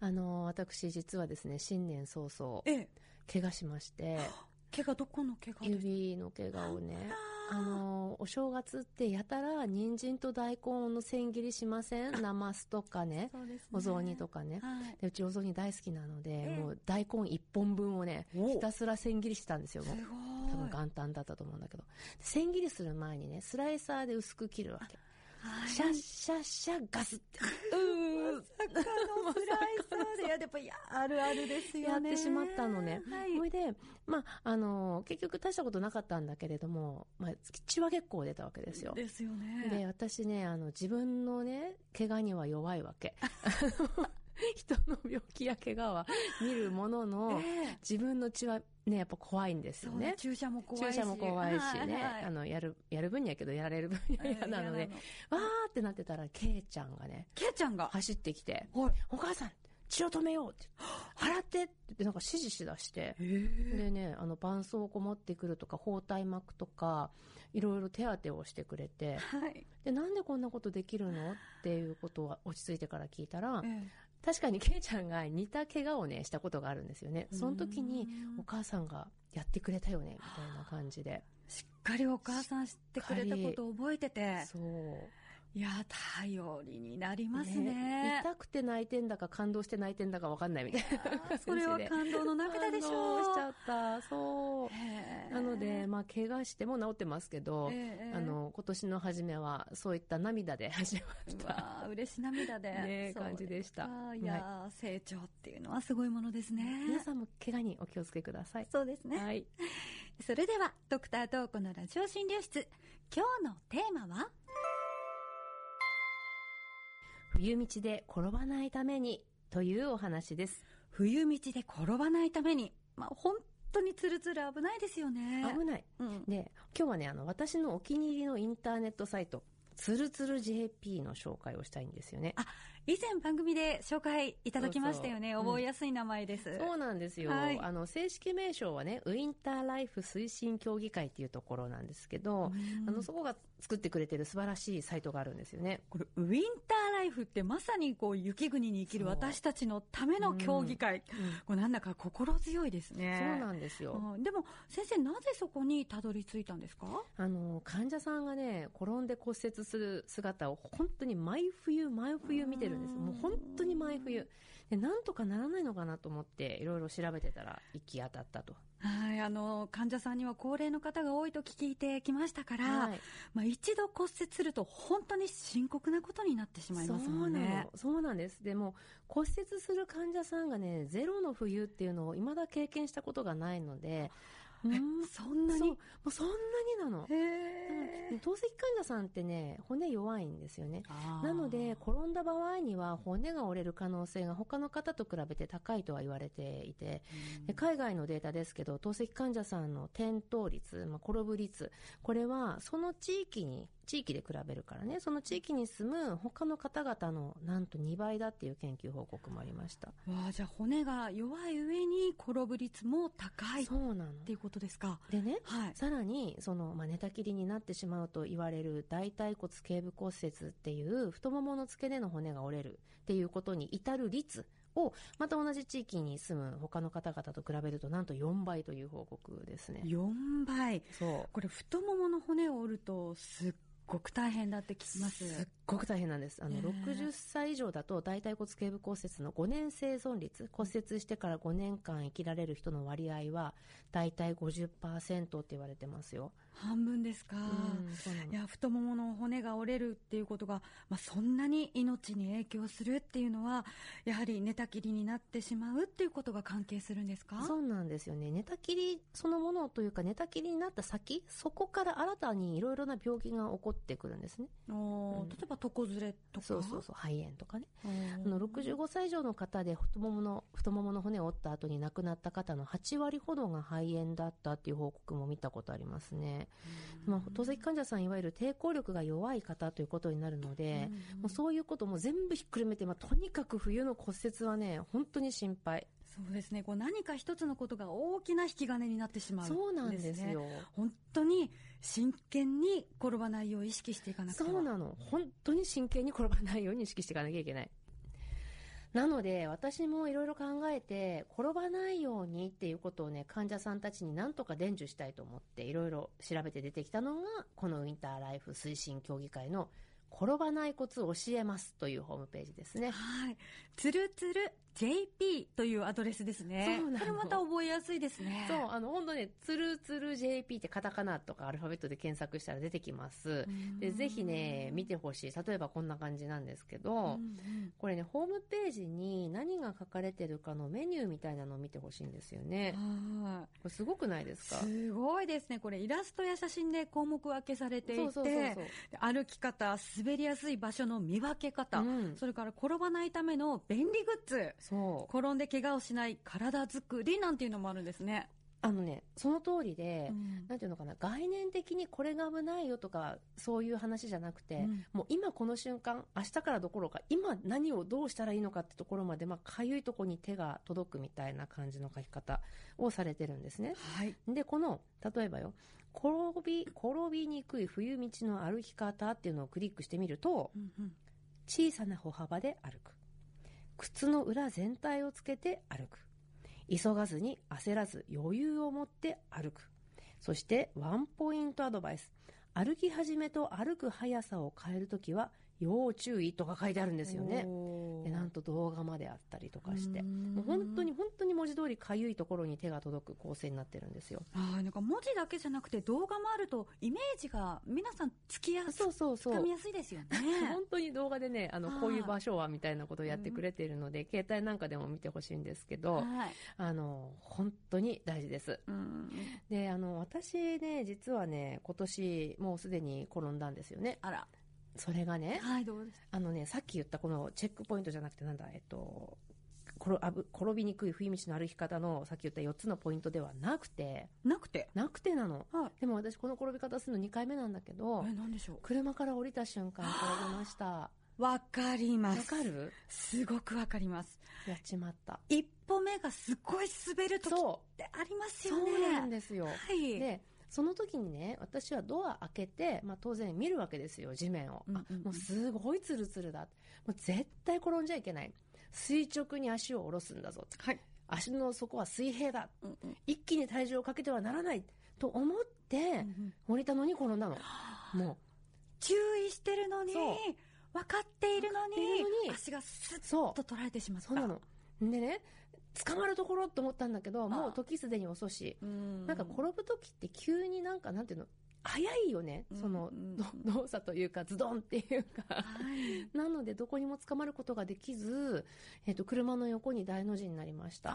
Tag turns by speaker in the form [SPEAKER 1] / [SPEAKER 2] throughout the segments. [SPEAKER 1] あの私実はですね新年早々
[SPEAKER 2] ええ、
[SPEAKER 1] 怪我しまして
[SPEAKER 2] 怪我どこの怪我です
[SPEAKER 1] 指の怪我をね
[SPEAKER 2] あー
[SPEAKER 1] あのお正月ってやたら人参と大根の千切りしませんなますとかね
[SPEAKER 2] そうですね
[SPEAKER 1] お雑煮とかね
[SPEAKER 2] はい
[SPEAKER 1] でうちお雑煮大好きなので、
[SPEAKER 2] うん
[SPEAKER 1] もう大根1本分をね
[SPEAKER 2] お
[SPEAKER 1] ひたすら千切りしてたんですよもう
[SPEAKER 2] すごい
[SPEAKER 1] 多分元旦だったと思うんだけどで千切りする前にねスライサーで薄く切るわけ
[SPEAKER 2] はい
[SPEAKER 1] シャッシャッシャッガスってうー
[SPEAKER 2] 中のスライサーでいややっぱりあるあるですよ
[SPEAKER 1] やっ
[SPEAKER 2] ね
[SPEAKER 1] てしまったのね。
[SPEAKER 2] は
[SPEAKER 1] ほ
[SPEAKER 2] い
[SPEAKER 1] いで、まあ、あの結局大したことなかったんだけれども、まあ、血は結構出たわけですよ。
[SPEAKER 2] ですよね
[SPEAKER 1] で、私ね、あの、自分のね、怪我には弱いわ け。 あの人の病気や怪我は見るものの、
[SPEAKER 2] ええ
[SPEAKER 1] 自分の血はね、やっぱ怖いんです
[SPEAKER 2] そ
[SPEAKER 1] よ
[SPEAKER 2] うね
[SPEAKER 1] ね。
[SPEAKER 2] 注射も怖い
[SPEAKER 1] 注
[SPEAKER 2] し
[SPEAKER 1] 射も怖いしね、
[SPEAKER 2] ははい
[SPEAKER 1] あの、やる、やる分にはけど、やられる分には嫌なの
[SPEAKER 2] え
[SPEAKER 1] で、
[SPEAKER 2] え嫌
[SPEAKER 1] わーってなってたら、ケイちゃんがね、
[SPEAKER 2] ケイちゃんが
[SPEAKER 1] 走ってきて、
[SPEAKER 2] はい
[SPEAKER 1] お母さん、血を止めようって、 払ってって言ってなんか指示しだして、でね、あの、絆創膏持ってくるとか、包帯巻くとか、いろいろ手当てをしてくれて、
[SPEAKER 2] はい
[SPEAKER 1] で、なんでこんなことできるのっていうことは落ち着いてから聞いたら
[SPEAKER 2] え、え
[SPEAKER 1] 確かにケイちゃんが似た怪我をね、したことがあるんですよね。その時に、お母さんがやってくれたよね、みたいな感じで。
[SPEAKER 2] しっかりお母さん知ってくれたことを覚えてて
[SPEAKER 1] そう。
[SPEAKER 2] いや頼りになります
[SPEAKER 1] ね
[SPEAKER 2] ね
[SPEAKER 1] 痛くて泣いてんだか感動して泣いてんだか分かんないみたいな感じで
[SPEAKER 2] それは感動の涙でしょう
[SPEAKER 1] 感動しちゃったそう
[SPEAKER 2] へえ
[SPEAKER 1] なので、まあ、怪我しても治ってますけど、
[SPEAKER 2] ええ
[SPEAKER 1] あの今年の初めはそういった涙で始まっ
[SPEAKER 2] う
[SPEAKER 1] た
[SPEAKER 2] わあ嬉し涙で、
[SPEAKER 1] ねえ
[SPEAKER 2] そう
[SPEAKER 1] 感じでした
[SPEAKER 2] ああいやー、成長っていうのはすごいものですね
[SPEAKER 1] 皆さんも怪我にお気をつけください、
[SPEAKER 2] そうですね、
[SPEAKER 1] はい
[SPEAKER 2] それではドクタートークのラジオ診療室今日のテーマは
[SPEAKER 1] 冬道で転ばないためにというお話です
[SPEAKER 2] 冬道で転ばないためにまあ本当につるつる危ないですよね
[SPEAKER 1] 危ない
[SPEAKER 2] うん
[SPEAKER 1] で今日はねあの私のお気に入りのインターネットサイトつるつる JP の紹介をしたいんですよね
[SPEAKER 2] あ以前番組で紹介いただきましたよね
[SPEAKER 1] そうそう
[SPEAKER 2] 覚えやすい名前です、
[SPEAKER 1] そうなんですよ、
[SPEAKER 2] はい
[SPEAKER 1] あの正式名称はねウィンターライフ推進協議会っていうところなんですけど、あのそこが作ってくれてる素晴らしいサイトがあるんですよね。
[SPEAKER 2] これウィンターライフってまさにこう雪国に生きる私たちのための競技会、こうなんだか心強いですね
[SPEAKER 1] そうなんですよ
[SPEAKER 2] うんでも先生なぜそこにたどり着いたんですか
[SPEAKER 1] あの患者さんがね転んで骨折する姿を本当に毎冬毎冬見てるんですよもう本当に毎冬でなんとかならないのかなと思っていろいろ調べてたら行き当たったと
[SPEAKER 2] はい、あの、患者さんには高齢の方が多いと聞いてきましたから、
[SPEAKER 1] はい
[SPEAKER 2] まあ一度骨折すると本当に深刻なことになってしまいますもんね。
[SPEAKER 1] そうなのそうなんですでも骨折する患者さんがねゼロの冬っていうのを未だ経験したことがないのでうん
[SPEAKER 2] そんな
[SPEAKER 1] そう
[SPEAKER 2] に
[SPEAKER 1] もうそんなになの
[SPEAKER 2] へ
[SPEAKER 1] うん透析患者さんってね骨弱いんですよね
[SPEAKER 2] あー
[SPEAKER 1] なので転んだ場合には骨が折れる可能性が他の方と比べて高いとは言われていてで海外のデータですけど透析患者さんの転倒率、まあ、転ぶ率これはその地域に地域で比べるからねその地域に住む他の方々のなんと2倍だっていう研究報告もありました
[SPEAKER 2] わあじゃあ骨が弱い上に転ぶ率も高いっ
[SPEAKER 1] そうなの
[SPEAKER 2] ていうことですか。
[SPEAKER 1] でね、
[SPEAKER 2] はい
[SPEAKER 1] さらにその、まあ、寝たきりになってしまうと言われる大腿骨頸部骨折っていう太ももの付け根の骨が折れるっていうことに至る率をまた同じ地域に住む他の方々と比べるとなんと4倍という報告ですね。
[SPEAKER 2] 4倍。
[SPEAKER 1] そう
[SPEAKER 2] これ太ももの骨を折るとすっごく大変だって聞きます
[SPEAKER 1] すっ。ごく大変なんです。あの、
[SPEAKER 2] ねえ
[SPEAKER 1] 60歳以上だと大腿骨頸部骨折の5年生存率、骨折してから5年間生きられる人の割合は、大体50%って言われてますよ。
[SPEAKER 2] 半分ですか。
[SPEAKER 1] うんそうなの
[SPEAKER 2] いや太ももの骨が折れるっていうことが、まあ、そんなに命に影響するっていうのはやはり寝たきりになってしまうっていうことが関係するんですか
[SPEAKER 1] そうなんですよね。寝たきりそのものというか、寝たきりになった先、そこから新たにいろいろな病気が起こってくるんですね。
[SPEAKER 2] おー例えば床ずれとか
[SPEAKER 1] そうそうそう、肺炎とかね。
[SPEAKER 2] おー
[SPEAKER 1] あの65歳以上の方で太ももの太ももの骨を折った後に亡くなった方の8割ほどが肺炎だったっていう報告も見たことありますね、まあ、透析患者さんいわゆる抵抗力が弱い方ということになるので、もうそういうことも全部ひっくるめて、まあ、とにかく冬の骨折はね本当に心配
[SPEAKER 2] そうですねこう何か一つのことが大きな引き金になってしまう
[SPEAKER 1] そうなんです
[SPEAKER 2] ね
[SPEAKER 1] よ
[SPEAKER 2] 本当に真剣に転ばないよう意識していかなくては
[SPEAKER 1] そうなの本当に真剣に転ばないように意識していかなきゃいけないなので、私もいろいろ考えて、転ばないようにっていうことをね、患者さんたちになんとか伝授したいと思って、いろいろ調べて出てきたのが、このウィンターライフ推進協議会の転ばないコツ教えますというホームページですね。
[SPEAKER 2] はい。つるつる JP というアドレスですね。そうこれまた覚えやすいですね。
[SPEAKER 1] そう、あの、本当ね、つるつる JP ってカタカナとかアルファベットで検索したら出てきます。で、ぜひね、見てほしい。例えばこんな感じなんですけど、これね、ホームページに何が書かれてるかのメニューみたいなのを見てほしいんですよね。。
[SPEAKER 2] はい
[SPEAKER 1] これすごくないですか
[SPEAKER 2] すごいですね。これイラストや写真で項目分けされていて、そうそうそうそう歩き方、滑りやすい場所の見分け方、うん、それから転ばないための便利グッズ、転んで怪我をしない体作りなんていうのもあるんですね。
[SPEAKER 1] あのね、その通りで、うん、なんていうのかな、概念的にこれが危ないよとか、そういう話じゃなくて、うん、もう今この瞬間、明日からどころか、今何をどうしたらいいのかってところまで、まあ、かゆいとこに手が届くみたいな感じの書き方をされてるんですね。
[SPEAKER 2] はい、
[SPEAKER 1] で、この、例えばよ、転び、転びにくい冬道の歩き方っていうのをクリックしてみると、うんうん、小さな歩幅で歩く。靴の裏全体をつけて歩く。急がずに焦らず余裕を持って歩く。そしてワンポイントアドバイス。歩き始めと歩く速さを変えるときは要注意とか書いてあるんですよね。でなんと動画まであったりとかして、もう本当に本当に文字通りかゆいところに手が届く構成になってるんですよ。
[SPEAKER 2] あなんか文字だけじゃなくて動画もあるとイメージが皆さんつきやすそうそうそう。みやすいですよね。
[SPEAKER 1] 本当に動画でね、あのこういう場所はみたいなことをやってくれているので、携帯なんかでも見てほしいんですけど、あの本当に大事です。で、あの私ね実はね今年もうすでに転んだんですよね。
[SPEAKER 2] あら。
[SPEAKER 1] それがね、
[SPEAKER 2] はい、
[SPEAKER 1] あのね、さっき言ったこのチェックポイントじゃなくて、なんだ、えっと、転転びにくい冬道の歩き方のさっき言った4つのポイントではなくて
[SPEAKER 2] なくて
[SPEAKER 1] なくてなの、
[SPEAKER 2] はい、
[SPEAKER 1] でも私この転び方するの2回目なんだけど
[SPEAKER 2] え何でしょう
[SPEAKER 1] 車から降りた瞬間転びました
[SPEAKER 2] わかります
[SPEAKER 1] わかる
[SPEAKER 2] すごくわかります
[SPEAKER 1] やっちまった
[SPEAKER 2] 一歩目がすごい滑る時ってありますよね、
[SPEAKER 1] そうなんですよ、はいでその時にね、私はドア開けて、まあ当然見るわけですよ、地面を。あ、もうすごいツルツルだ。もう絶対転んじゃいけない。垂直に足を下ろすんだぞ。
[SPEAKER 2] はい。
[SPEAKER 1] 足の底は水平だ。うんうん、一気に体重をかけてはならない。と思って、うんうん、降りたのに転んだの。もう。
[SPEAKER 2] 注意してるのに、分かっているのに、足がスッと取られてしまった。
[SPEAKER 1] そうなの。でね、捕まるところと思ったんだけど、もう時すでに遅し、なんか転ぶ時って急になんかなんていうの、早いよね、その、 動作というか、ズドンっていうかはい。なので、どこにも捕まることができず、えっ、ー、と、車の横に大の字になりました。
[SPEAKER 2] あ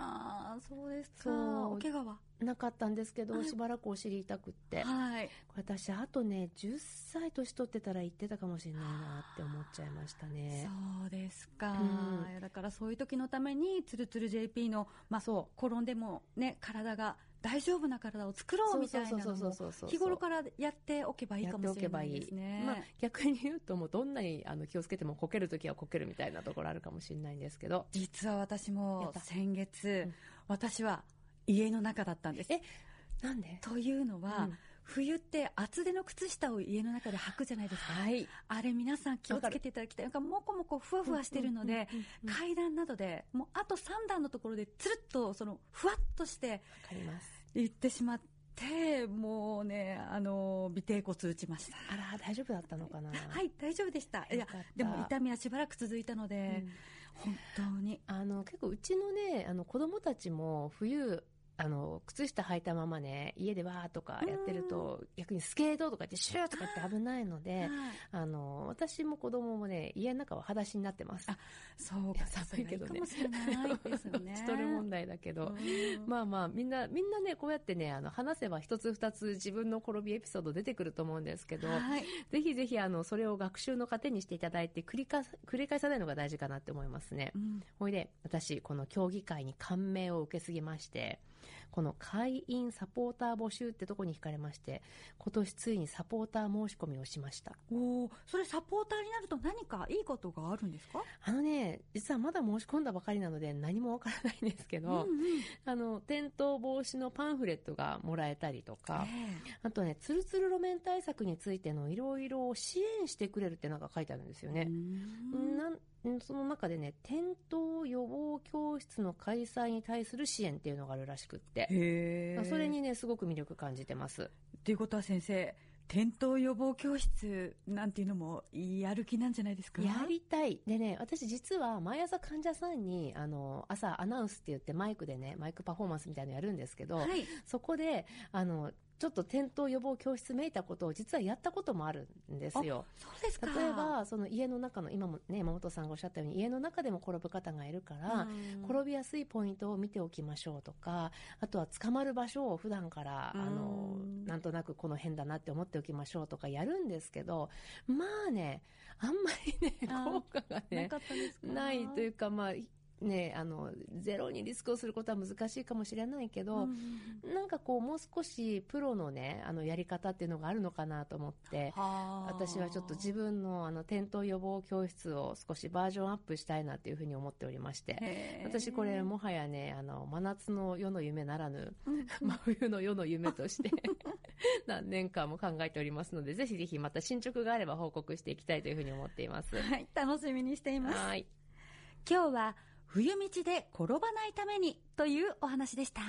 [SPEAKER 2] あ、そうですか。お怪我は
[SPEAKER 1] なかったんですけど、はい、しばらくお尻痛くって。
[SPEAKER 2] はい。
[SPEAKER 1] これ私、あとね、10歳年取ってたら行ってたかもしれないなって思っちゃいましたね。
[SPEAKER 2] そうですか。うん、だからそういう時のために、つるつる JP の、まあ、そう、転んでもね、体が、大丈夫な体を作ろうみたいなのも日頃からやっておけばいいかもしれないですね。
[SPEAKER 1] いいまあ、逆に言うともうどんなにあの気をつけてもこけるときはこけるみたいなところあるかもしれないんですけど。
[SPEAKER 2] 実は私も先月、うん、私は家の中だったんです。
[SPEAKER 1] え、なんで
[SPEAKER 2] というのは、うん冬って厚手の靴下を家の中で履くじゃないですか。
[SPEAKER 1] はい。
[SPEAKER 2] あれ皆さん気をつけていただきたい。なんかもこもこふわふわしてるので、階段などで、もうあと3段のところでつるっと、その、ふわっとして、わ
[SPEAKER 1] かります。
[SPEAKER 2] 行ってしまって、もうね、あの、尾低骨打ちました。
[SPEAKER 1] あら、大丈夫だったのかな
[SPEAKER 2] はい、大丈夫でした。いや、でも痛みはしばらく続いたので、うん、本当に。
[SPEAKER 1] あの、結構うちのね、あの、子供たちも冬、あの、靴下履いたままね、家でわーとかやってると、逆にスケートとかってシューとかって危ないので、あの、私も子供もね、家の中は裸足になってます。
[SPEAKER 2] あ、そうか、
[SPEAKER 1] 寒いけどね。
[SPEAKER 2] かもしれないです よね。
[SPEAKER 1] ストル問題だけど、まあまあ、みんな、みんなね、こうやってね、あの、話せば一つ二つ自分の転びエピソード出てくると思うんですけど、はい、ぜひぜひ、あの、それを学習の糧にしていただいて、繰り返繰り返さないのが大事かなって思いますね。うん、ほいで、私、この競技会に感銘を受けすぎまして、この会員サポーター募集ってとこに惹かれまして、今年ついにサポーター申し込みをしました。
[SPEAKER 2] おお、それサポーターになると何かいいことがあるんですか
[SPEAKER 1] あのね、実はまだ申し込んだばかりなので何もわからないんですけど、うんうん、あの、転倒防止のパンフレットがもらえたりとか、えー、あとね、つるつる路面対策についてのいろいろ支援してくれるってなんか書いてあるんですよね。その中でね、転倒予防教室の開催に対する支援っていうのがあるらしくって、それにね、すごく魅力感じてます。
[SPEAKER 2] ということは先生、転倒予防教室なんていうのもやる気なんじゃないですか
[SPEAKER 1] やりたい。でね、私実は毎朝患者さんに、あの、朝アナウンスって言ってマイクでね、マイクパフォーマンスみたいなのやるんですけど、はい、そこで、あの、ちょっと転倒予防教室めいたことを実はやったこともあるんですよ。
[SPEAKER 2] そうですか
[SPEAKER 1] 例えば、その家の中の、今もね、山本さんがおっしゃったように、家の中でも転ぶ方がいるから、転びやすいポイントを見ておきましょうとか、あとは捕まる場所を普段から、あの、なんとなくこの辺だなって思っておきましょうとかやるんですけど、まあね、あんまりね、効果がね、
[SPEAKER 2] な,
[SPEAKER 1] ないというか、まあ、ね、あの、ゼロにリスクをすることは難しいかもしれないけど、うん、なんかこう、もう少しプロのね、あの、やり方っていうのがあるのかなと思って、私はちょっと自分のあの、転倒予防教室を少しバージョンアップしたいなっていうふうに思っておりまして、私これもはやね、あの、真夏の世の夢ならぬ、 真冬の世の夢と して何年間も考えておりますので、ぜひぜひまた進捗があれば報告していきたいというふうに思っています。
[SPEAKER 2] はい、楽しみにしています。はい。今日は、冬道で転ばないためにというお話でした。